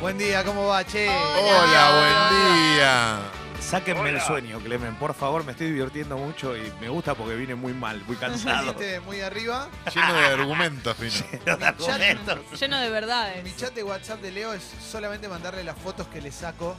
Buen día, ¿cómo va, che? Hola, buen día. Sáquenme el sueño, Clemen, por favor, me estoy divirtiendo mucho y me gusta porque vine muy mal, muy cansado. Viniste muy arriba. Lleno de argumentos, Fino. Los argumentos. Lleno de Mi verdades. chat de WhatsApp de Leo es solamente mandarle las fotos que le saco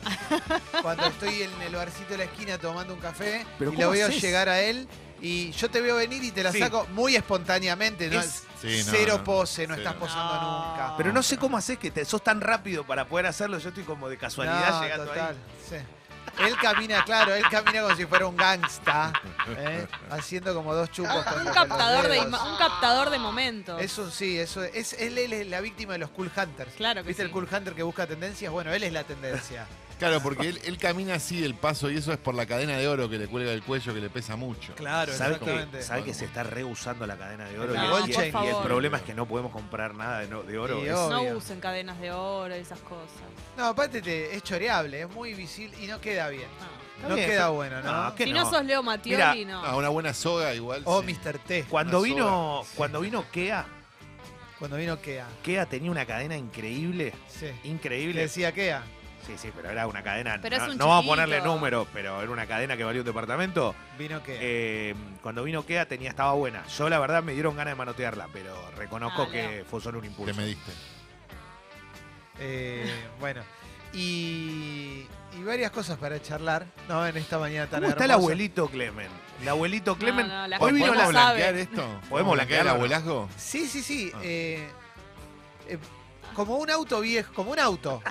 cuando estoy en el barcito de la esquina tomando un café Pero y ¿cómo lo veo haces? llegar a él y yo te veo venir y te la Sí. saco muy espontáneamente. ¿no? Es- Sí, no, cero no. pose, no Cero. estás posando No. nunca. Pero no sé cómo haces que te, sos tan rápido para poder hacerlo. Yo estoy como de casualidad No, llegando total, ahí. sí. Él camina, claro, él camina como si fuera un gangsta, ¿eh? haciendo como dos chupos. con- con Un los captador de, dedos. ima- un captador de momentos. Eso sí, eso es, él, él es la víctima de los cool hunters. Claro que ¿Viste el sí. cool hunter que busca tendencias? Bueno, él es la tendencia. Claro, porque él, él camina así el paso y eso es por la cadena de oro que le cuelga el cuello, que le pesa mucho. Claro, ¿Sabe exactamente. que, sabe que se está rehusando la cadena de oro? No, y, el- por y el- y el favor. problema es que no podemos comprar nada de, no- de oro. Y Es- obvio. No usen cadenas de oro y esas cosas. No, aparte te- es choreable, es muy visible y no queda bien. No. No bien. queda bueno, ¿no? Oh, No, ¿qué Si no no? sos Leo Mattioli, no. Ah, una buena soga igual. O sí. Mr. T, Cuando Una vino, cuando vino Kea, cuando vino Kea. Kea tenía una cadena increíble, Sí. Le increíble. decía Kea. Sí, sí, pero era una cadena. Pero no es un no vamos a chiquito. ponerle número, pero era una cadena que valía un departamento. Vino Kea. Eh, cuando vino Kea tenía, estaba buena. Yo la verdad me dieron ganas de manotearla, pero reconozco Ah, que Leo. fue solo un impulso. Te me diste. Eh, bueno, y, y varias cosas para charlar, ¿no? En esta mañana tan ¿Cómo está el hermosa. abuelito Clemen? El abuelito Clemen. no, la hoy gente vino no la sabe. blanquear esto? ¿Podemos blanquear el o no? abuelazgo? Sí, sí, sí. Ah. eh, eh, como un auto viejo, como un auto.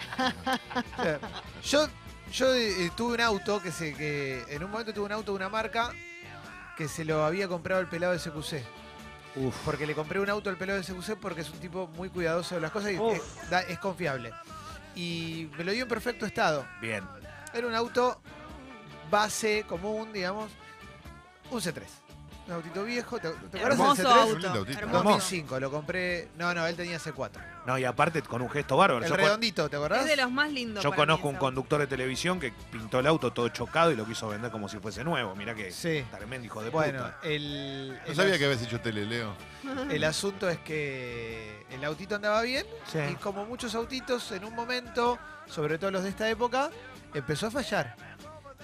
O sea, yo yo eh, tuve un auto que se que en un momento tuve un auto de una marca que se lo había comprado el pelado de CQC. Uf. Porque le compré un auto al pelado de CQC porque es un tipo muy cuidadoso de las cosas y Uf. eh, da- es confiable. Y me lo dio en perfecto estado. Bien. Era un auto base, común, digamos. Un C3. Un autito viejo. ¿Te, te acuerdas del Hermoso C3? Un lindo auto. autito. Hermoso. 2005, lo compré. No, no, él tenía C4. No, y aparte con un gesto bárbaro. El Yo, con- redondito, ¿te acordás? Es de los más lindos. yo para mí conozco ese un auto. conductor de televisión que pintó el auto todo chocado y lo quiso vender como si fuese nuevo. Mirá que Sí. tremendo hijo de Bueno, puta. el, No el, sabía que habías hecho tele, Leo. el asunto es que el autito andaba bien Sí. y como muchos autitos, en un momento, sobre todo los de esta época, empezó a fallar.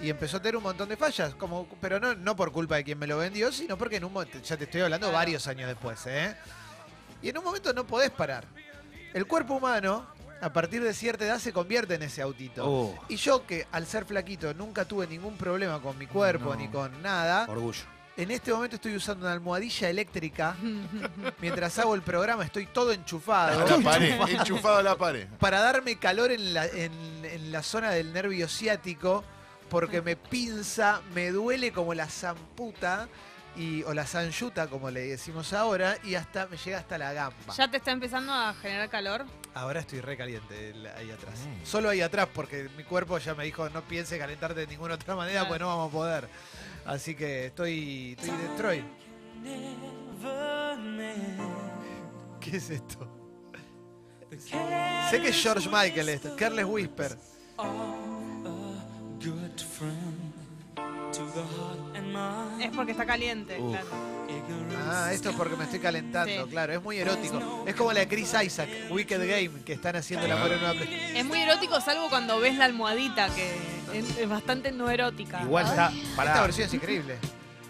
Y empezó a tener un montón de fallas, como, pero no, no por culpa de quien me lo vendió, sino porque en un momento, ya te estoy hablando Claro. varios años después, ¿eh? Y en un momento no podés parar. El cuerpo humano, a partir de cierta edad, se convierte en ese autito. Oh, Y yo que al ser flaquito nunca tuve ningún problema con mi cuerpo No. ni con nada, orgullo. en este momento estoy usando una almohadilla eléctrica, mientras hago el programa estoy todo enchufado, la pared, enchufado a la pared. para darme calor en la, en- en la zona del nervio ciático, porque me pinza, me duele como la zamputa. Y, o la sanjuta, como le decimos ahora, y hasta me llega hasta la gamba. ¿Ya te está empezando a generar calor? Ahora estoy re caliente el- ahí atrás. Mm. Solo ahí atrás, porque mi cuerpo ya me dijo no piense calentarte de ninguna otra manera, Claro. pues no vamos a poder. Así que estoy, estoy destroy. ¿Qué es esto? Sé que es George Michael esto, Carles Whisper. Good friend to the heart and mind. Es porque está caliente, Uf. claro. Ah, esto es porque me estoy calentando, Sí. claro, es muy erótico. Es como la de Chris Isaac, Wicked Game, que están haciendo la Claro. nueva película. Es muy erótico, salvo cuando ves la almohadita, que es, es bastante no erótica. Igual está. Esta Pará, versión es increíble.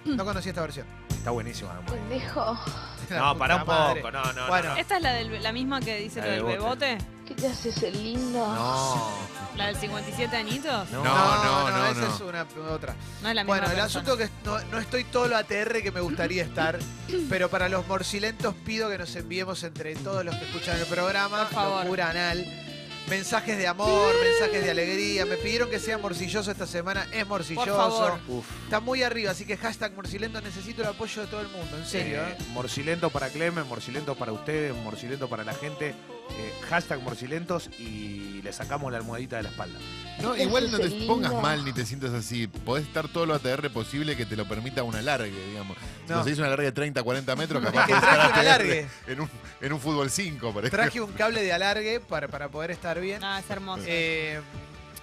No conocí esta versión. está buenísimo. la mujer. Pendejo, La No, pará un puta madre. poco. No, no, no, Bueno. no. ¿Esta es la, del- la misma que dice La lo del del bote. bebote? ¿qué te haces el lindo? No. ¿La del 57 añitos? No, No. no, no, esa no. es una otra. No es la misma. Bueno, el persona. asunto que no, no estoy todo lo ATR que me gustaría estar, pero para los morcilentos pido que nos enviemos entre todos los que escuchan el programa, Por favor. locura anal, mensajes de amor, mensajes de alegría. Me pidieron que sea morcilloso esta semana, es morcilloso. favor. Uf. Está muy arriba, así que hashtag morcilento necesito el apoyo de todo el mundo, en serio. Eh, ¿eh? morcilento para Clemen, morcilento para ustedes, morcilento para la gente. eh, hashtag morcilentos y le sacamos la almohadita de la espalda. No, igual no te Lindo. pongas mal ni te sientas así. Podés estar todo lo ATR posible que te lo permita una largue, digamos. Si No. nos hizo una larga de 30, 40 metros, Es capaz que podés traje estar una ATR largue. En un, en un fútbol 5, por ejemplo. Traje un cable de alargue para, para poder estar bien. Ah, es hermoso. Eh,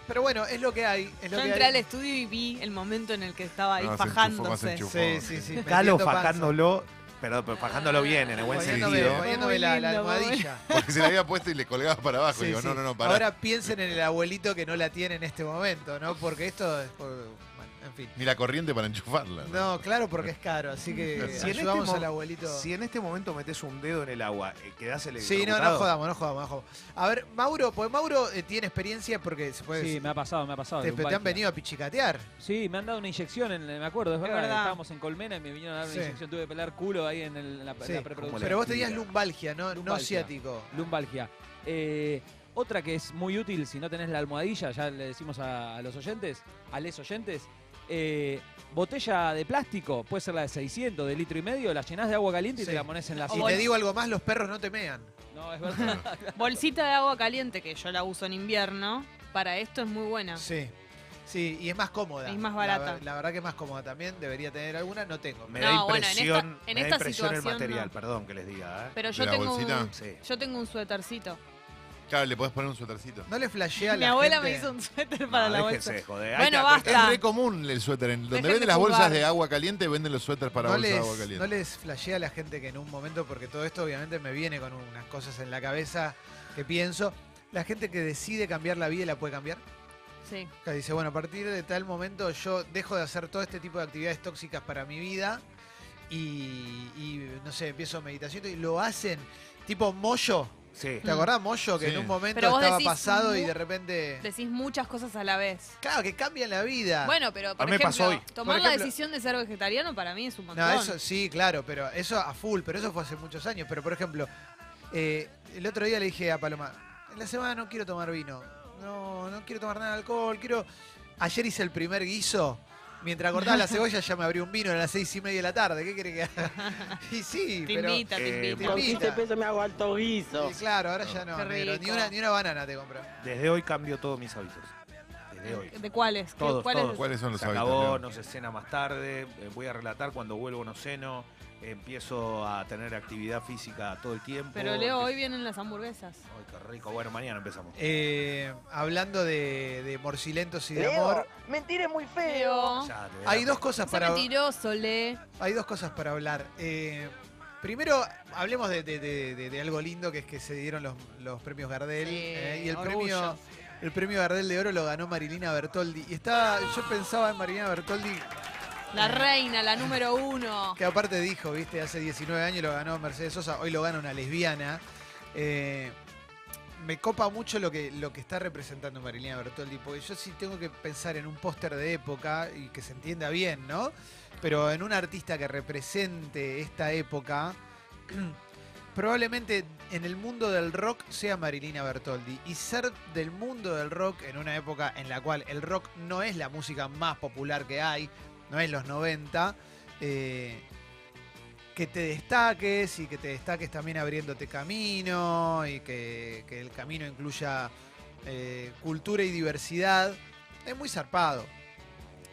pero bueno, es lo que hay. Es lo Yo que entré hay. al estudio y vi el momento en el que estaba ahí No, se enchufó, más fajándose. enchufó. Sí, sí, sí. Calo metiendo panza. Ah, fajándolo Pero, pero fajándolo bien, en el buen Poniéndome, sentido. poniéndome la, la Muy lindo, muy almohadilla. Porque se la había puesto y le colgaba para abajo. Sí, digo, sí. no, no, no, pará. Ahora piensen en el abuelito que no la tiene en este momento, ¿no? Porque esto es por- bueno, en fin. Ni la corriente para enchufarla. No, claro, porque es caro, así que Si en ayudamos este mo- al abuelito. Si en este momento metes un dedo en el agua, eh, quedás el Sí, no, no jodamos, no jodamos, no jodamos. A ver, Mauro, pues Mauro eh, tiene experiencia porque se puede Sí, me ha pasado, me ha pasado. Pues, te, te lumbalgia. han venido a pichicatear. Sí, me han dado una inyección, en, me acuerdo, es verdad, verdad. Estábamos en Colmena y me vinieron a dar una Sí. inyección. Tuve que pelar culo ahí en, el- en la, en Sí, la preproducción. Pero vos tenías tira. lumbalgia, no, no Lumbalgia. ciático. Lumbalgia. Eh, otra que es muy útil si no tenés la almohadilla, ya le decimos a, a los oyentes, a les oyentes. eh, botella de plástico, puede ser la de 600, de litro y medio, la llenás de agua caliente Sí. y te la pones Ah, en la Y zona. te digo algo más, los perros no te mean. No, es verdad. Bolsita de agua caliente, que yo la uso en invierno, para esto es muy buena. Sí. Sí, y es más cómoda. Ah. Es más La barata. ver- La, verdad que es más cómoda también. Debería tener alguna, no tengo. Me No, da bueno, en impresión, esta- en me da esta impresión el situación, material, no. perdón que les diga. ¿eh? Pero ¿De yo la tengo, bolsita? un, Sí. yo tengo un suétercito. Claro, le podés poner un suétercito. No le flashea a Mi la abuela gente? me hizo un suéter para No, la déjense bolsa. de joder. Bueno, Ahí te das basta. cuenta. Es re común el suéter. En, donde Dejen de venden las bolsas jugar. de agua caliente, venden los suéteres para no bolsas les, de agua caliente. no les flashea a la gente que en un momento, porque todo esto obviamente me viene con unas cosas en la cabeza que pienso. La gente que decide cambiar la vida y la puede cambiar. Sí. Que dice, bueno, a partir de tal momento yo dejo de hacer todo este tipo de actividades tóxicas para mi vida y, y, no sé, empiezo meditación y lo hacen tipo mollo. Sí. ¿Te acordás, Moyo? Que Sí. en un momento Mm. Pero vos estaba decís pasado y mu- de repente. Decís muchas cosas a la vez. Claro, que cambian la vida. Bueno, pero por mí me ejemplo, pasó hoy. Ah. tomar Por la ejemplo- decisión de ser vegetariano para mí es un montón. no, eso sí, claro, pero eso a full, pero eso fue hace muchos años. Pero por ejemplo, eh, el otro día le dije a Paloma, en la semana no quiero tomar vino, no, no quiero tomar nada de alcohol, quiero. Ayer hice el primer guiso. Mientras cortaba la cebolla ya me abrió un vino a las seis y media de la tarde. ¿Qué quiere que haga? Y sí, te pero. invita, eh, te te invita. invita. Con 15 pesos pues, me hago alto guiso. Sí, claro, ahora ya no. Qué negro. Ni rico. una, ni una banana te compré. Desde hoy cambio todos mis hábitos. Desde hoy. ¿De cuáles? ¿Qué- Todos, cuáles? todos. ¿Cuáles son los Se hábitos, acabó, Leo? no se cena más tarde, eh, voy a relatar cuando vuelvo no ceno, empiezo a tener actividad física todo el tiempo. Pero Leo, hoy Empiezo- vienen las hamburguesas. Ay, qué rico. Bueno, mañana empezamos. Eh, hablando de, de morcilentos y de Leo, amor, mentira es muy feo. Leo, Ya, te verás. hay dos cosas sé para mentiroso, Le. hay dos cosas para hablar. Eh, primero, hablemos de, de- de- de- de algo lindo que es que se dieron los, los premios Gardel Sí, eh, y el orgullo. premio el premio Gardel de oro lo ganó Marilina Bertoldi y estaba yo pensaba en Marilina Bertoldi La reina, la número uno. que aparte dijo, viste, hace 19 años lo ganó Mercedes Sosa, hoy lo gana una lesbiana. Eh, me copa mucho lo que, lo que está representando Marilina Bertoldi, porque yo sí tengo que pensar en un póster de época y que se entienda bien, ¿no? Pero en un artista que represente esta época, probablemente en el mundo del rock sea Marilina Bertoldi. Y ser del mundo del rock en una época en la cual el rock no es la música más popular que hay, no es los 90, eh, que te destaques y que te destaques también abriéndote camino y que, que el camino incluya eh, cultura y diversidad, es muy zarpado.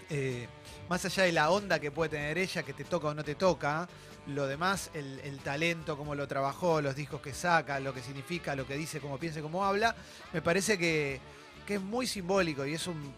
Eh, más allá de la onda que puede tener ella, que te toca o no te toca, lo demás, el, el talento, cómo lo trabajó, los discos que saca, lo que significa, lo que dice, cómo piensa, y cómo habla, me parece que, que es muy simbólico y es un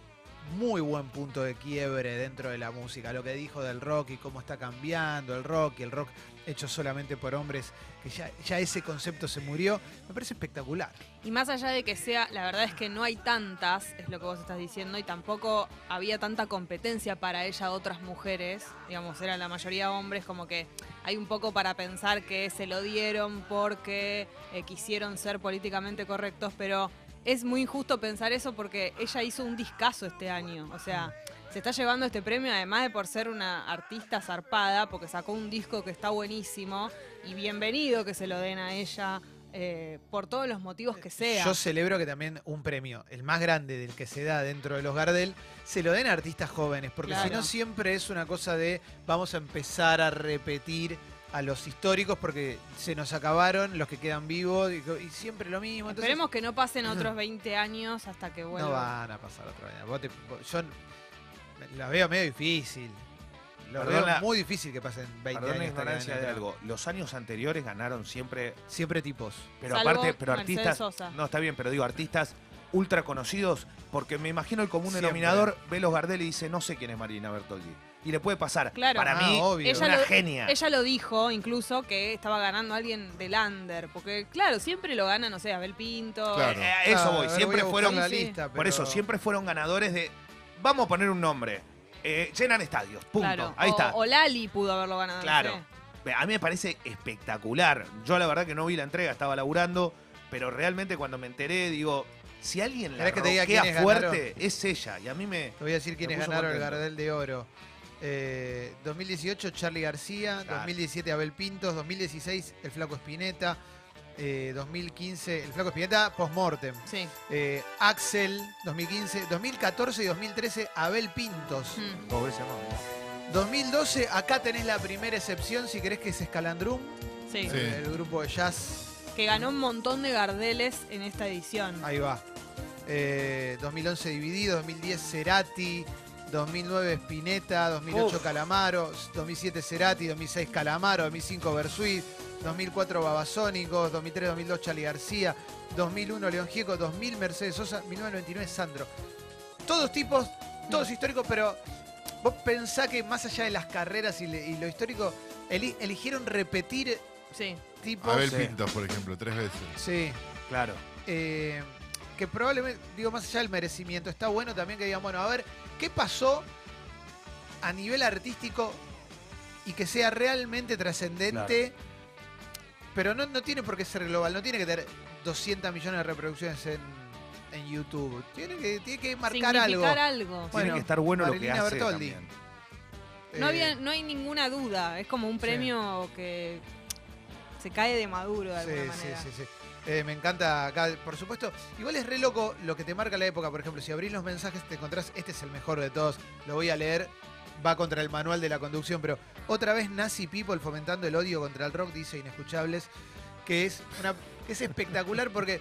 muy buen punto de quiebre dentro de la música. Lo que dijo del rock y cómo está cambiando el rock y el rock hecho solamente por hombres, que ya, ya ese concepto se murió, me parece espectacular. Y más allá de que sea, la verdad es que no hay tantas, es lo que vos estás diciendo, y tampoco había tanta competencia para ella de otras mujeres, digamos, eran la mayoría hombres, como que hay un poco para pensar que se lo dieron porque eh, quisieron ser políticamente correctos, pero es muy injusto pensar eso porque ella hizo un discazo este año, o sea... Se está llevando este premio, además de por ser una artista zarpada, porque sacó un disco que está buenísimo, y bienvenido que se lo den a ella eh, por todos los motivos que sea. Yo celebro que también un premio, el más grande del que se da dentro de los Gardel, se lo den a artistas jóvenes, porque si Claro. no siempre es una cosa de vamos a empezar a repetir a los históricos porque se nos acabaron los que quedan vivos y, y siempre lo mismo. Entonces, Esperemos que no pasen otros 20 años hasta que No vuelva. van a pasar otra vez. Vos te- vos- yo la veo medio difícil. Lo Perdón veo la- muy difícil que pasen 20 Perdón años. hasta la que ignorancia ganen de otra. algo. Los años anteriores ganaron siempre, Siempre tipos. pero Salvo aparte, pero Mercedes artistas. Sosa. No, está bien, pero digo, artistas ultra conocidos, porque me imagino el común Siempre. denominador ve los Gardel y dice, no sé quién es Marina Bertoldi. y le puede pasar. Claro. Para Ah, mí, obvio. es Ella una lo- genia. Ella lo dijo incluso que estaba ganando a alguien del under, porque claro, siempre lo gana, no sé, Abel Pinto. Claro. Eh, a eso Ah, voy. ahora Siempre a buscar fueron. la Sí, sí. lista, Por pero- eso, siempre fueron ganadores de. Vamos a poner un nombre. Eh, llenan estadios. Punto. Claro. Ahí o, está. o Lali pudo haberlo ganado. no Claro. sé. A mí me parece espectacular. Yo la verdad que no vi la entrega, estaba laburando, pero realmente cuando me enteré, digo, si alguien la ¿Querés que te diga roquea quiénes fuerte, ganaron? es ella. Y a mí me... Te voy a decir quiénes puso ganaron el contento. Gardel de Oro. Eh, 2018, Charlie García. Claro. 2017, Abel Pintos. 2016, El Flaco Espineta. eh, 2015, El Flaco Espineta, post-mortem. Sí. Eh, Axel, 2015. 2014 y 2013, Abel Pintos. Mm. Dos veces más, mirá. 2012, acá tenés la primera excepción, si querés, que es Escalandrum, Sí. Sí. el grupo de jazz. Que ganó un montón de Gardeles en esta edición. Ahí va. Eh, 2011 Dividido, 2010 Cerati, 2009 Spinetta, 2008 Calamaro, 2007 Cerati, 2006 Calamaro, 2005 Bersuit, 2004 Babasónicos, 2003, 2002 Charlie García, 2001 León Gieco, 2000 Mercedes Sosa, 1999 Sandro. Todos tipos, todos históricos, pero vos pensá que más allá de las carreras y, le- y lo histórico, eli- eligieron repetir Sí. tipos... Abel Sí. Pintos, por ejemplo, tres veces. Sí. Claro. eh, que probablemente, digo, más allá del merecimiento, está bueno también que digan, bueno, a ver, ¿qué pasó a nivel artístico y que sea realmente trascendente? Pero no, no tiene por qué ser global, no tiene que tener 200 millones de reproducciones en, en YouTube. Tiene que, tiene que marcar algo. Significar algo. Bueno, Tiene que estar bueno Marilina lo que hace Bertoldi. también. No, Eh, había, no hay ninguna duda. Es como un premio que se cae de maduro de Sí, alguna sí, manera. sí, sí. Eh, me encanta acá, por supuesto. Igual es re loco lo que te marca la época. Por ejemplo, si abrís los mensajes, te encontrás, este es el mejor de todos, lo voy a leer, va contra el manual de la conducción, pero otra vez Nazi People fomentando el odio contra el rock, dice Inescuchables, que es, una, que es espectacular porque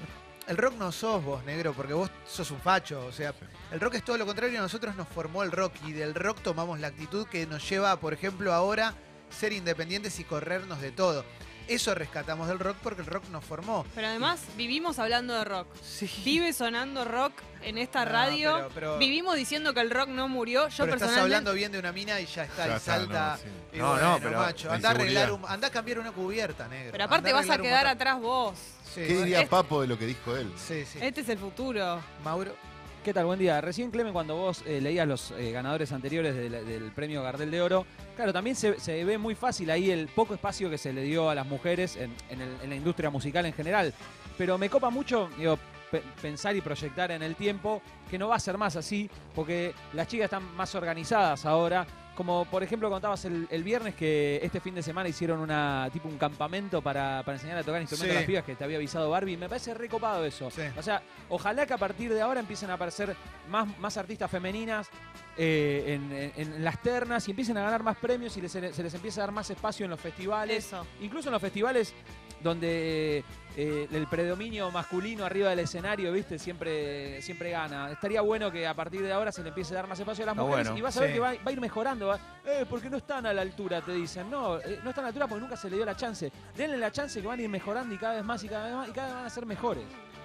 el rock no sos vos, negro, porque vos sos un facho. O sea, el rock es todo lo contrario, a nosotros nos formó el rock y del rock tomamos la actitud que nos lleva, por ejemplo, ahora ser independientes y corrernos de todo. Eso rescatamos del rock porque el rock nos formó. Pero además vivimos hablando de rock. Vive sonando rock en esta No, radio. pero- pero- Vivimos diciendo que el rock no murió. Yo pero estás personalmente. hablando bien de una mina y ya está, Ya y está, salta. no, sí. Y No, bueno, no, pero macho, la andá a, arreglar inseguridad. un- andá a cambiar una cubierta, negro. Pero aparte Andá a vas a arreglar un quedar motor. atrás vos. Sí, ¿Qué diría es- Papo de lo que dijo él? sí, sí. Este es el futuro. Mauro. ¿Qué tal? Buen día. Recién, Clemen, cuando vos eh, leías los eh, ganadores anteriores de la- del premio Gardel de Oro, claro, también se, se ve muy fácil ahí el poco espacio que se le dio a las mujeres en, en el- en la industria musical en general. Pero me copa mucho, digo, pe- pensar y proyectar en el tiempo que no va a ser más así, porque las chicas están más organizadas ahora. Como por ejemplo contabas el, el viernes que este fin de semana hicieron una tipo un campamento para, para enseñar a tocar instrumentos Sí. a las pibas que te había avisado Barbie. Me parece recopado eso. Sí. O sea, ojalá que a partir de ahora empiecen a aparecer más, más artistas femeninas eh, en, en- en las ternas y empiecen a ganar más premios y les- se les empieza a dar más espacio en los festivales. Eso. Incluso en los festivales donde eh, el predominio masculino arriba del escenario, ¿viste? Siempre, siempre gana. Estaría bueno que a partir de ahora se le empiece a dar más espacio a las Está mujeres bueno, y vas a ver sí. que va, va a ir mejorando. va- Eh, ¿Por qué no están a la altura? Te dicen. No, eh, no están a la altura porque nunca se le dio la chance. Denle la chance que van a ir mejorando y cada vez más y cada vez más y cada vez van a ser mejores.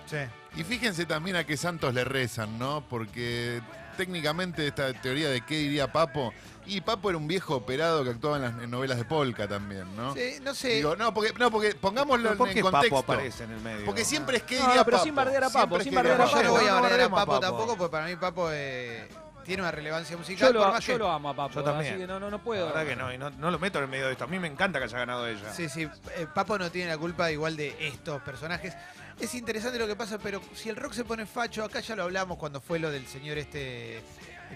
Sí. Y fíjense también a qué santos le rezan, ¿no? Porque técnicamente esta teoría de qué diría Papo. Y Papo era un viejo operado que actuaba en las en novelas de Polka también, ¿no? Sí, no sé. Digo, no, porque, no, porque pongámoslo ¿Por en, qué en contexto. Papo aparece en el medio? Porque siempre es que No, diría pero Papo. sin bardear a Papo, Siempre es sin que diría Pero yo bardear a no Papo. voy a No, hablar a bardeemos a Papo Papo. tampoco, porque para mí Papo eh, tiene una relevancia musical. Yo lo, por a- más yo que- lo amo a Papo, Yo también. así que no, no, no La puedo. verdad que no, y no, no lo meto en el medio de esto. A mí me encanta que haya ganado ella. Sí, sí. eh, Papo no tiene la culpa igual de estos personajes. Es interesante lo que pasa, pero si el rock se pone facho, acá ya lo hablamos cuando fue lo del señor este.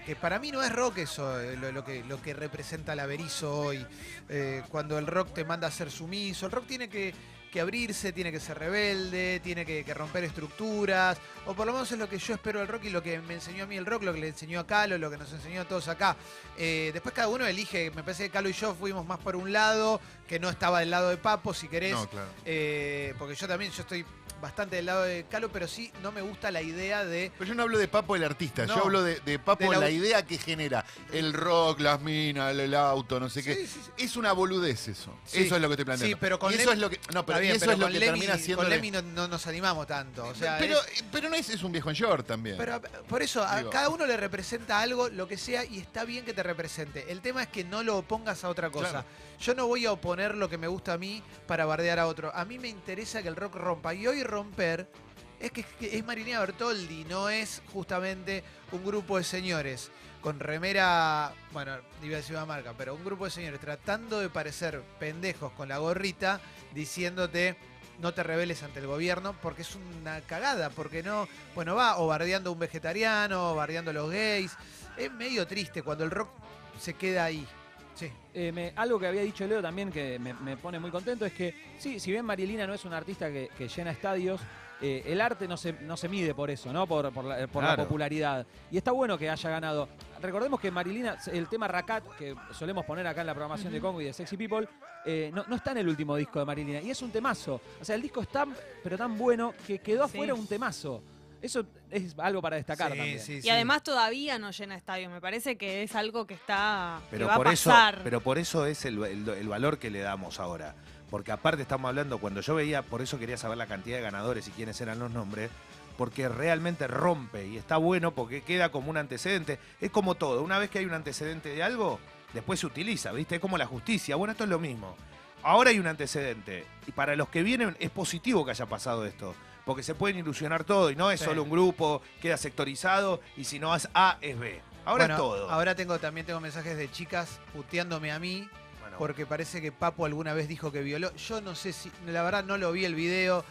Que para mí no es rock eso, eh, lo, lo que, lo que representa el averizo hoy. Eh, cuando el rock te manda a ser sumiso, el rock tiene que, que abrirse, tiene que ser rebelde, tiene que, que romper estructuras. O por lo menos es lo que yo espero del rock y lo que me enseñó a mí el rock, lo que le enseñó a Calo, lo que nos enseñó a todos acá. Eh, después cada uno elige, me parece que Calo y yo fuimos más por un lado, que no estaba del lado de Papo, si querés. No, claro. Eh, porque yo también, yo estoy bastante del lado de Calo, pero sí no me gusta la idea de. Pero yo no hablo de Papo el artista, No. yo hablo de, de Papo Del la, auto. idea que genera. El rock, las minas, el, el auto, no sé qué. Sí, sí, sí. Es una boludez eso. Sí. Eso es lo que te planteo. Sí, pero con Y eso Lem- es lo que, no, pero Está y bien, eso pero es lo con que Lemmy- termina siendo. Con Lemmy no, no nos animamos tanto. O sea, pero, es- pero no es, es un viejo en short también. pero eh, por eso, a Digo. cada uno le representa algo, lo que sea, y está bien que te represente. El tema es que no lo opongas a otra cosa. Claro. Yo no voy a oponer lo que me gusta a mí para bardear a otro. A mí me interesa que el rock rompa. Y hoy romper es que que es Marinina Bertoldi, no es justamente un grupo de señores con remera, bueno, iba a decir una marca, pero un grupo de señores tratando de parecer pendejos con la gorrita, diciéndote no te rebeles ante el gobierno, porque es una cagada, porque no, bueno, va o bardeando a un vegetariano, o bardeando a los gays. Es medio triste cuando el rock se queda ahí. Sí. Eh, me- algo que había dicho Leo también que me, me pone muy contento es que, sí, si bien Marilina no es una artista que, que llena estadios, eh, el arte no se, no se mide por eso, ¿no? Por, por la, por la Claro. popularidad. Y está bueno que haya ganado. Recordemos que Marilina, el tema Racat, que solemos poner acá en la programación de Congo y de Sexy People, eh, no, no está en el último disco de Marilina. Y es un temazo. O sea, el disco es tan, pero tan bueno que quedó Sí. afuera un temazo. Eso es algo para destacar también. Y además todavía no llena estadios. Me parece que es algo que está. que Pero va por a eso, pasar. pero por eso es el, el- el valor que le damos ahora. Porque aparte estamos hablando, cuando yo veía, por eso quería saber la cantidad de ganadores y quiénes eran los nombres, porque realmente rompe y está bueno porque queda como un antecedente. Es como todo, una vez que hay un antecedente de algo, después se utiliza, ¿viste? Es como la justicia. Bueno, esto es lo mismo. Ahora hay un antecedente. Y para los que vienen es positivo que haya pasado esto. Porque se pueden ilusionar todo y no es Sí. solo un grupo, queda sectorizado y si no es A, es B. Ahora Bueno, es todo. Ahora tengo, también tengo mensajes de chicas puteándome a mí Bueno, porque parece que Papo alguna vez dijo que violó. Yo no sé si, la verdad no lo vi el video,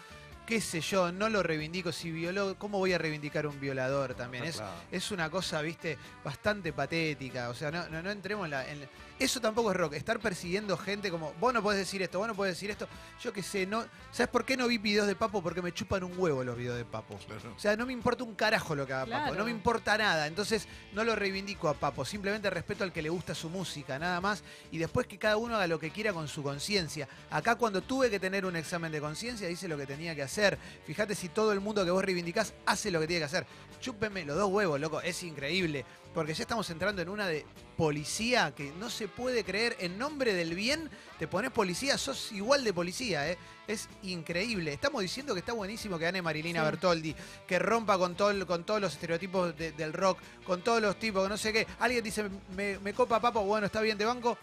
qué sé yo, no lo reivindico. Si violó, ¿cómo voy a reivindicar un violador también? Es, claro. es una cosa, viste, bastante patética. O sea, no, no, no entremos en la, en la- Eso tampoco es rock. Estar persiguiendo gente como, vos no podés decir esto, vos no podés decir esto. Yo qué sé, no... ¿Sabes por qué no vi videos de Papo? Porque me chupan un huevo los videos de Papo. Claro. O sea, no me importa un carajo lo que haga Papo, Claro. no me importa nada. Entonces, no lo reivindico a Papo, simplemente respeto al que le gusta su música, nada más. Y después que cada uno haga lo que quiera con su conciencia. Acá, cuando tuve que tener un examen de conciencia, hice lo que tenía que hacer. Fíjate si todo el mundo que vos reivindicás hace lo que tiene que hacer. Chúpenme los dos huevos, loco, es increíble. Porque ya estamos entrando en una de policía que no se puede creer. En nombre del bien, te pones policía, sos igual de policía, ¿eh? Es increíble. Estamos diciendo que está buenísimo que gane Marilina Sí. Bertoldi, que rompa con, todo, el- con todos los estereotipos de- del rock, con todos los tipos, que no sé qué. Alguien dice, me, me copa papo, bueno, está bien, te banco.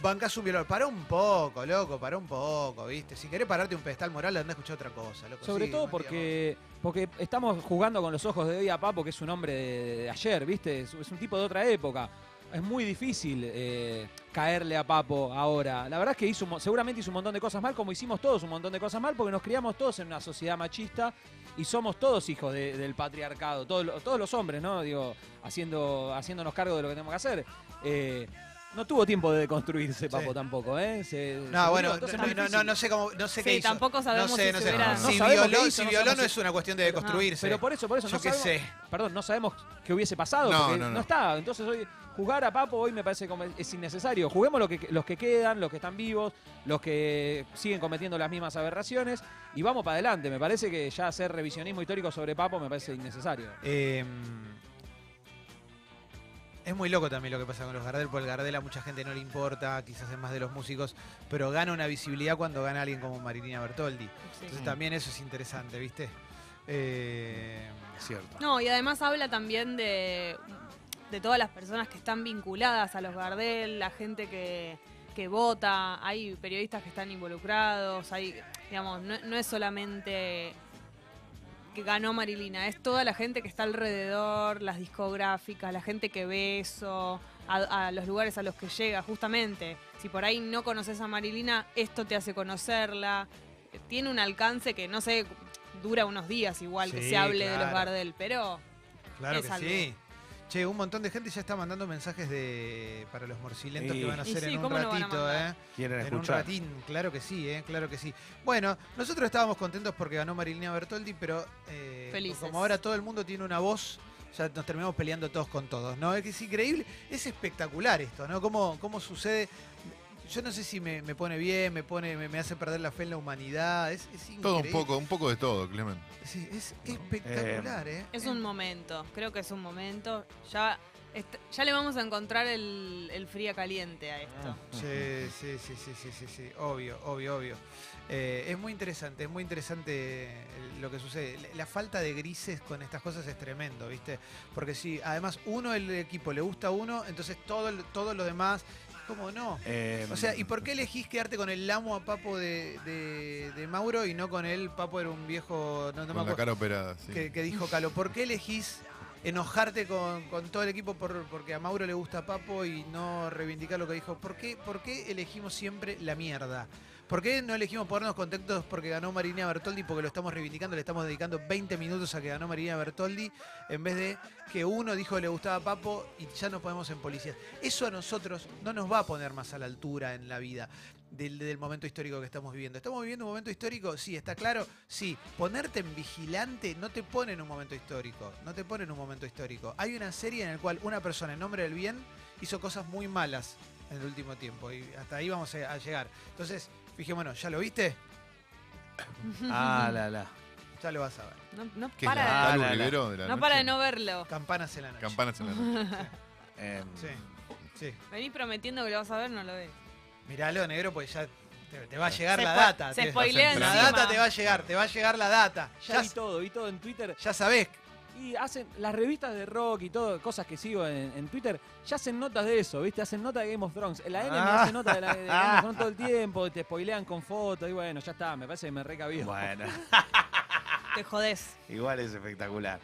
Bancás un violador. Pará un poco, loco, pará un poco, ¿viste? Si querés pararte un pedestal moral, andá a escuchar otra cosa, loco. Sobre Pues Sí, todo buen día, vamos. porque, porque estamos jugando con los ojos de hoy a Papo, que es un hombre de, de ayer, ¿viste? Es, es un tipo de otra época. Es muy difícil eh, caerle a Papo ahora. La verdad es que hizo, un mo- seguramente hizo un montón de cosas mal, como hicimos todos un montón de cosas mal, porque nos criamos todos en una sociedad machista y somos todos hijos de- del patriarcado, todos, lo- todos los hombres, ¿no? Digo, haciendo, haciéndonos cargo de lo que tenemos que hacer. Eh, no tuvo tiempo de deconstruirse, Papo, tampoco, ¿eh? Se- se No, murió, bueno, entonces no, es no, no, difícil. no sé cómo, no sé qué Sí, hizo. tampoco sabemos no sé, si no se sé. hubiera- Si No sabemos violó, qué hizo, si no violó sabemos no si- es una cuestión de Pero- deconstruirse. Pero por eso, por eso Yo no qué sabemos, sé. Perdón, no sabemos qué hubiese pasado, No, porque no, no, no. está. Entonces hoy jugar a Papo hoy me parece como es innecesario. Juguemos lo que, los que quedan, los que están vivos, los que siguen cometiendo las mismas aberraciones y vamos para adelante. Me parece que ya hacer revisionismo histórico sobre Papo me parece innecesario. Eh, es muy loco también lo que pasa con los Gardel, porque el Gardel a mucha gente no le importa, quizás es más de los músicos, pero gana una visibilidad cuando gana alguien como Marilina Bertoldi. Sí. Entonces también eso es interesante, ¿viste? Eh, Es cierto. No, y además habla también de, de todas las personas que están vinculadas a los Gardel, la gente que, que vota, hay periodistas que están involucrados, hay, digamos, no, no es solamente que ganó Marilina, es toda la gente que está alrededor, las discográficas, la gente que ve eso, a, a los lugares a los que llega, justamente. Si por ahí no conoces a Marilina, esto te hace conocerla. Tiene un alcance que no sé, dura unos días igual que Sí, se hable de los claro. Gardel, pero claro Es que algo. sí. Che, un montón de gente ya está mandando mensajes de para los morcilentos Sí. que van a Y hacer sí, en un ¿cómo no van a ratito, mandar? ¿eh? ¿Quieren En un escuchar? ratín, claro que sí, ¿eh? claro que sí. Bueno, nosotros estábamos contentos porque ganó Marilina Bertoldi, pero eh, Felices. como ahora todo el mundo tiene una voz, ya nos terminamos peleando todos con todos, ¿no? Es que es increíble, es espectacular esto, ¿no? Cómo, cómo sucede. yo no sé si me, me pone bien, me pone, me, me hace perder la fe en la humanidad. Es, es Todo un increíble. poco, un poco de todo, Clemen. Sí, es espectacular, ¿eh? Es un momento, creo que es un momento. Ya, est- ya le vamos a encontrar el, el fría caliente a esto. Sí, sí, sí, sí, sí, sí, sí, obvio, obvio, obvio. Eh, es muy interesante, es muy interesante el- lo que sucede. La- La falta de grises con estas cosas es tremendo, ¿viste? Porque si además uno el equipo le gusta a uno, entonces todo, el- todo lo demás, ¿cómo no? Em, Eh, O sea, ¿y por qué elegís quedarte con el lamo a papo de, de- de Mauro y no con él? Papo era un viejo, no, no me Con la acuerdo, cara operada, sí. que, que dijo Calo. ¿Por qué elegís enojarte con, con todo el equipo por- porque a Mauro le gusta papo y no reivindicar lo que dijo? ¿Por qué, ¿Por qué elegimos siempre la mierda? ¿Por qué no elegimos ponernos contentos porque ganó Marina Bertoldi? Porque lo estamos reivindicando, le estamos dedicando 20 minutos a que ganó Marina Bertoldi, en vez de que uno dijo que le gustaba Papo y ya nos ponemos en policías. Eso a nosotros no nos va a poner más a la altura en la vida del, del momento histórico que estamos viviendo. ¿Estamos viviendo un momento histórico? Sí, está claro. Sí, ponerte en vigilante no te pone en un momento histórico. No te pone en un momento histórico. Hay una serie en la cual una persona en nombre del bien hizo cosas muy malas en el último tiempo y hasta ahí vamos a, a llegar. Entonces, fijémonos, ¿ya lo viste? Ah, la, la. Ya lo vas a ver. No, no ¿Qué es para, la Ah, Calu la, la. Rivero de de, la no noche? para de no verlo. Campanas en la noche. Campanas en la noche. Eh, Sí, sí. Venís prometiendo que lo vas a ver, no lo ves. Miralo, negro, porque ya te, te va a llegar Se la spo- data. Se te- spoilea la encima. data te va a llegar, te va a llegar la data. Ya Ya, vi todo, vi todo en Twitter. ya sabés. Y hacen las revistas de rock y todo, cosas que sigo en, en Twitter, ya hacen notas de eso, ¿viste? Hacen nota de Game of Thrones. La N Ah. hace nota de, la, de Game of Thrones todo el tiempo, te spoilean con fotos y bueno, ya está, me parece que me recabió. Bueno, Te jodés. igual es espectacular.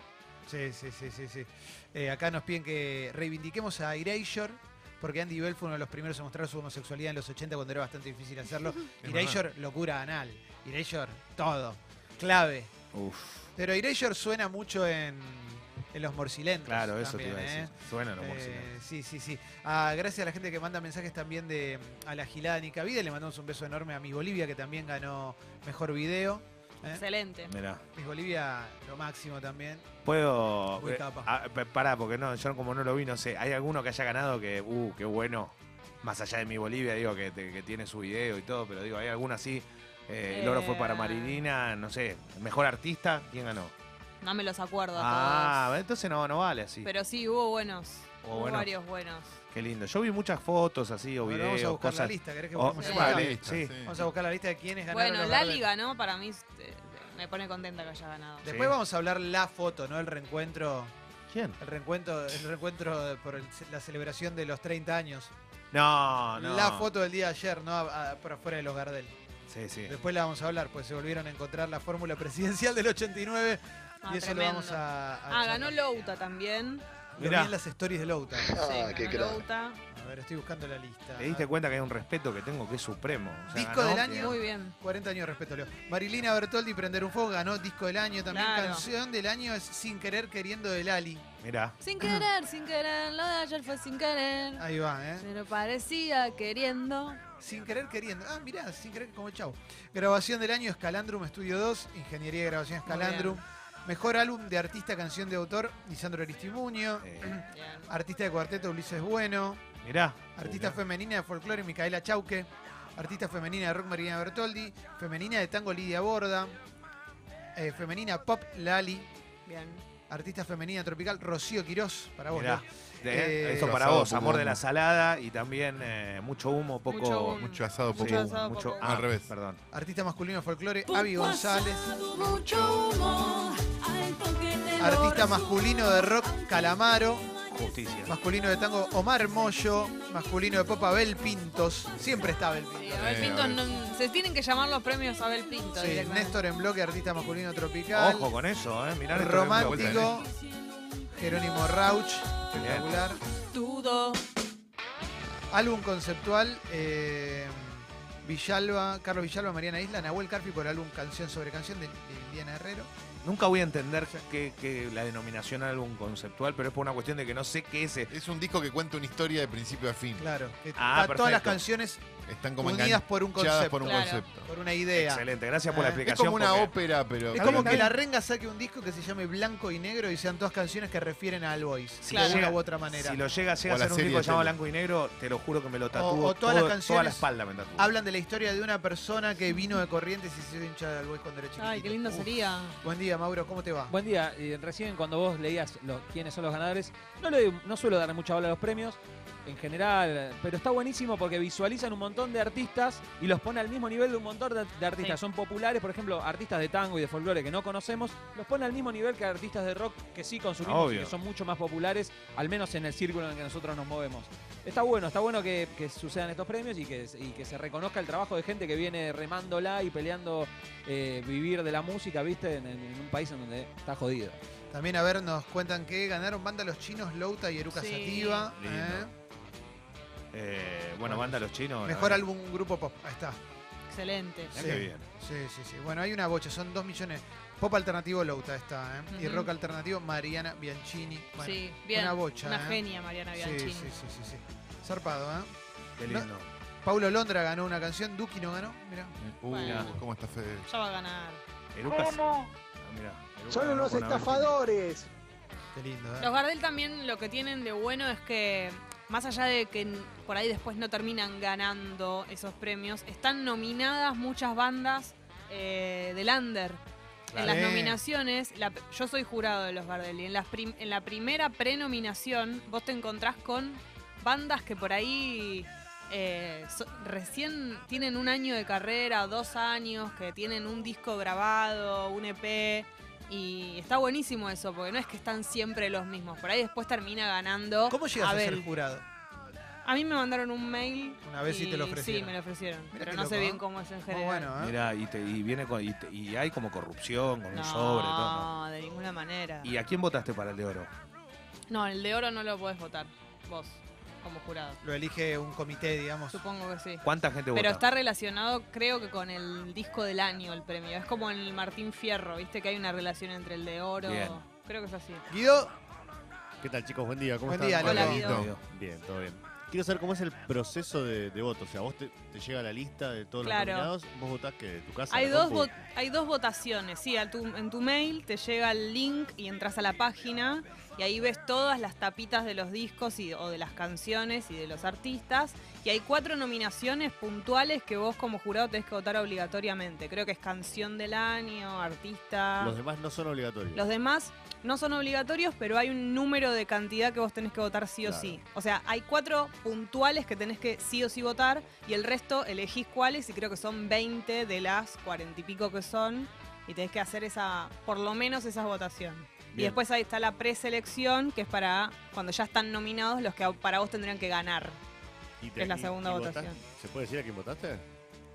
Sí, sí, sí, sí, sí. Eh, acá nos piden que reivindiquemos a Erasure, porque Andy Bell fue uno de los primeros a mostrar su homosexualidad en los 80 cuando era bastante difícil hacerlo. Es verdad. Erasure, locura anal. Erasure, todo. Clave. Uf, Pero Erasure suena mucho en, en los morcilentos. claro, eso también, te iba a ¿eh? decir. Suena lo Eh, morcilante. sí, sí, sí. Ah, gracias a la gente que manda mensajes también de mm, a la gilada Nicavide. Le mandamos un beso enorme a Miss Bolivia, que también ganó mejor video. ¿eh? Excelente. Mirá. Miss Bolivia, lo máximo también. Puedo. Muy eh, capa. ah, pa- pará, porque no, yo como no lo vi, no sé. ¿Hay alguno que haya ganado que, uh, qué bueno? Más allá de mi Bolivia, digo, que, te- que tiene su video y todo, pero digo, ¿hay alguno así? Eh, el oro fue para Eh. Marilina, no sé. Mejor artista, ¿quién ganó? No me los acuerdo a Ah, todos. entonces no, no vale así. Pero sí, hubo buenos. Hubo Hubo buenos. varios buenos. Qué lindo. Yo vi muchas fotos así o Ahora videos, vamos a buscar la cosas. lista. ¿Querés que Oh, busquemos sí, la Ah, lista? vale. lista, sí. Vamos a buscar la lista de quiénes ganaron. Bueno, los Gardel. Lali ganó, para mí eh, me pone contenta que haya ganado. Después Sí. vamos a hablar la foto, ¿no? El reencuentro. ¿Quién? El reencuentro, el reencuentro por el- la celebración de los 30 años. No, Ah, no. La foto del día de ayer, ¿no? A- a- por afuera de los Gardel. Sí, sí. Después la vamos a hablar, pues se volvieron a encontrar la fórmula presidencial del 89 Ah, y eso tremendo. lo vamos a. a Ah, ganó charlar. Louta también. Lo vi Mirá. en las stories de Louta. Ah, sí, ganó Louta. A ver, estoy buscando la lista. ¿Te diste cuenta que hay un respeto que tengo que es supremo? O sea, Disco del ganó- año. Muy bien. 40 años de respeto, Leo. Marilina Bertoldi, Prender un Fuego, ganó disco del año también. Claro. Canción del año es Sin Querer Queriendo del Ali. Mirá. Sin querer, sin querer, lo de ayer fue sin querer. Ahí va, ¿eh? Pero parecía queriendo. Sin querer queriendo. Ah, mirá, sin querer como chau. Grabación del año Escalandrum Estudio 2, Ingeniería de Grabación Escalandrum. Mejor álbum de artista, canción de autor, Lisandro Aristimuño. Eh, Bien. Artista de cuarteto, Ulises Bueno. mirá. Artista Mirá. femenina de folclore, Micaela Chauque. Artista femenina de rock, Marina Bertoldi. Femenina de tango, Lidia Borda. Eh, femenina pop, Lali. Bien. Artista femenina tropical, Rocío Quirós. Para vos, Mirá. Leo. Eh, Eh, eso para Asado, vos, poco amor de la humo. salada y también eh, mucho humo, poco. Mucho humo. Mucho asado, poco Mucho humo. asado, mucho- ah, poco humo. Al revés. Perdón. Artista masculino de folclore, Avi González. Mucho humo, al toque te lo Artista masculino de rock, Calamaro. Justicia. Masculino de tango, Omar Moyo. Masculino de pop, Abel Pintos. Siempre está Abel Sí, Pintos. Abel Eh, Pinto Abel. no- se tienen que llamar los premios Abel Pinto Sí, directamente. Néstor en bloque, artista masculino tropical. Ojo con eso, ¿eh? Mirá. esto que me da vuelta, ¿eh? Romántico. Jerónimo Rauch. Espectacular. Dudo. Álbum conceptual. eh, Villalba, Carlos Villalba, Mariana Isla, Nahuel Carpi por el álbum Canción sobre Canción de, de Indiana Herrero. eh. Nunca voy a entender que, que la denominación álbum conceptual, pero es por una cuestión de que no sé qué es. e- Es un disco que cuenta una historia de principio a fin. Claro. que Ah, está todas las perfecto. canciones Están como unidas por un enganchadas concepto, por un Claro. concepto. por una idea. Excelente, gracias por la Ah, es Es explicación. como una porque- ópera, pero. Es Está como bien, que está la renga saque un disco que se llame Blanco y Negro y sean todas canciones que refieren a All Boys, Si de llega- una u otra manera. Si lo llega, llega O a la ser un serie disco de llamado tele. Blanco y Negro, te lo juro que me lo tatúo. o todas las todo- Toda la canciones espalda me tatúo. Hablan de la historia de una persona que vino de Corrientes y se hizo hincha de All Boys cuando era chiquitito. Ay, qué lindo Uf. sería. Buen día, Mauro, ¿cómo te va? Buen día, eh, recién cuando vos leías los, quiénes son los ganadores, no, le, no suelo darle mucha bola a los premios en general, eh, pero está buenísimo porque visualizan un montón de artistas y los pone al mismo nivel de un montón de, de artistas. Son populares, por ejemplo, artistas de tango y de folclore que no conocemos, los pone al mismo nivel que artistas de rock que sí consumimos Obvio. y que son mucho más populares, al menos en el círculo en el que nosotros nos movemos. Está bueno, está bueno que, que sucedan estos premios y que, y que se reconozca el trabajo de gente que viene remándola y peleando eh, vivir de la música, viste, en, en- en un país en donde está jodido. También, a ver, nos cuentan que ganaron banda Los Chinos, Louta y Eruca Sí. Sativa. Lindo. ¿eh? Eh, bueno, banda los chinos. Mejor la- álbum grupo pop, ahí está. Excelente. Mirá Sí. qué bien. Sí, sí, sí. Bueno, hay una bocha, son dos millones. Pop alternativo Louta está, ¿eh? Y Ujú. rock alternativo Mariana Bianchini. Bueno, sí, bien. una bocha, Una ¿eh? genia, Mariana sí, sí, Bianchini. sí, sí, sí. Zarpado, ¿eh? Qué No- lindo. Paulo Londra ganó una canción, Duki no ganó, mira. Uh, Bueno. ¿cómo está Fede? Ya va a ganar. Eruca- ¿Cómo? Ah, mirá, Eruca Son ganó unos con Abril. estafadores. Qué lindo, Los ¿eh? Gardel también lo que tienen de bueno es que, más allá de que n- por ahí después no terminan ganando esos premios, están nominadas muchas bandas eh, del under. En Claro. las Eh. nominaciones, la- yo soy jurado de los Gardel, y en, las prim- en la primera prenominación vos te encontrás con bandas que por ahí eh, so- recién tienen un año de carrera, dos años, que tienen un disco grabado, un EP. Y está buenísimo eso, porque no es que están siempre los mismos. Por ahí después termina ganando. ¿Cómo llegas a, Abel. ser jurado? A mí me mandaron un mail. Una vez sí te lo Sí, ofrecieron. me lo ofrecieron. Mirá pero qué no sé loco, bien ¿eh? cómo es en Muy general. bueno, ¿eh? Mirá, y, te- y viene con, y, te- y hay como corrupción, con un sobre, todo. No, de ninguna manera. ¿Y a quién votaste para el de oro? No, el de oro no lo podés votar. Vos, como jurado. Lo elige un comité, digamos. Supongo que sí. ¿Cuánta gente votó? Pero está relacionado, creo que con el disco del año, el premio. Es como en el Martín Fierro, viste que hay una relación entre el de oro. Bien. Creo que es así. Guido, ¿Qué tal, chicos? Buen día. ¿Cómo Buen están? día, Hola, Hola, Guido. Guido. Bien, todo bien. Quiero saber cómo es el proceso de, de voto. O sea, vos te, te llega la lista de todos Claro. los nominados, vos votás que de tu casa. Hay la dos, compu? vo- hay dos votaciones, sí, a tu- en tu mail te llega el link y entras a la página y ahí ves todas las tapitas de los discos y, o de las canciones y de los artistas y hay cuatro nominaciones puntuales que vos como jurado tenés que votar obligatoriamente. Creo que es canción del año, artista... Los demás no son obligatorios. Los demás no son obligatorios, pero hay un número de cantidad que vos tenés que votar sí o Claro. sí. O sea, hay cuatro puntuales que tenés que sí o sí votar y el resto elegís cuáles y creo que son 20 de las 40 y pico que son y tenés que hacer esa, por lo menos esa votación. Y Bien. después ahí está la preselección, que es para cuando ya están nominados los que para vos tendrían que ganar. Y que es la segunda votás- votación. ¿Se puede decir a quién votaste?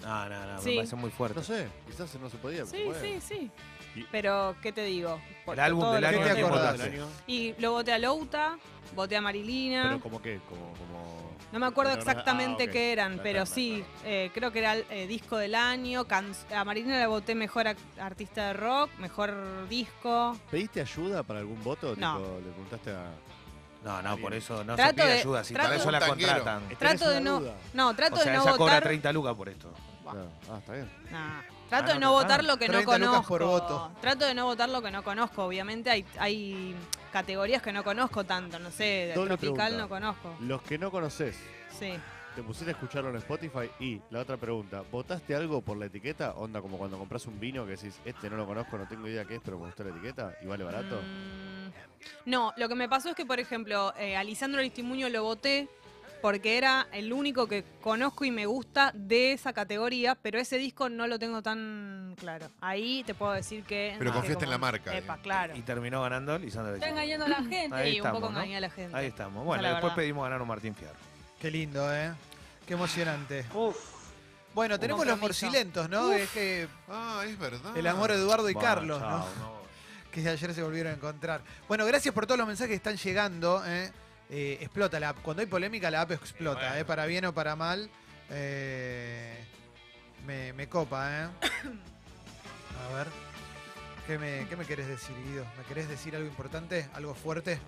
Ah, No, no, no, Sí. me parece muy fuerte. No sé, quizás no se podía. Sí, sí, sí. Y- Pero, ¿qué te digo? El álbum todo del lo año, que ¿a te quién acordás. votaste? año. Y lo voté a Louta, voté a Marilina. Pero como qué, como... como... No me acuerdo Pero no- exactamente ah, ok. qué eran, Claro, pero claro, sí, eh, creo que era eh, disco del año. can- A Marina la voté mejor ac- artista de rock, mejor disco. ¿Pediste ayuda para algún voto? No. Tipo, le preguntaste a... No, no, por eso no se Trato pide de- ayuda, si trato- para eso la Un tanguero. contratan. ¿Tenés de una no- duda? No, trato O sea, de no ella cobra votar. 30 lucas por esto. Claro. Ah, está bien. Nah, Trato Ah, no de no te votar pagan. lo que no 30 lucas conozco. por voto. Trato de no votar lo que no conozco. Obviamente hay, hay categorías que no conozco tanto. No sé, de Doble tropical pregunta. no conozco. Los que no conoces, Sí. te pusiste a escucharlo en Spotify y la otra pregunta, ¿votaste algo por la etiqueta? Onda como cuando compras un vino que decís, este no lo conozco, no tengo idea qué es, pero me gustó la etiqueta y vale barato. Mm, No, lo que me pasó es que, por ejemplo, eh, a Lisandro Aristimuño lo voté porque era el único que conozco y me gusta de esa categoría, pero ese disco no lo tengo tan claro. Ahí te puedo decir que... Pero que confiaste en como- la marca, eh. Epa, digamos. claro. Y terminó ganando Lisandro Está Leitão. engañando a la gente. Ahí Sí, un estamos, poco ¿no? engañé a la gente. Ahí estamos. Esa es Bueno, la después verdad. pedimos ganar un Martín Fierro. qué lindo, ¿eh? Qué emocionante. Uf. Bueno, tenemos los compromiso. morcilentos, ¿no? Es que Ah, es verdad. el amor de Eduardo y Bueno, Carlos, chao, ¿no? Que ayer se volvieron a encontrar. Bueno, gracias por todos los mensajes que están llegando. ¿eh? Eh, explota la app. Cuando hay polémica, la app explota, bueno. ¿eh? para bien o para mal. Eh, me, me copa, ¿eh? A ver. ¿Qué me, ¿Qué me querés decir, Guido? ¿Me querés decir algo importante? ¿Algo fuerte?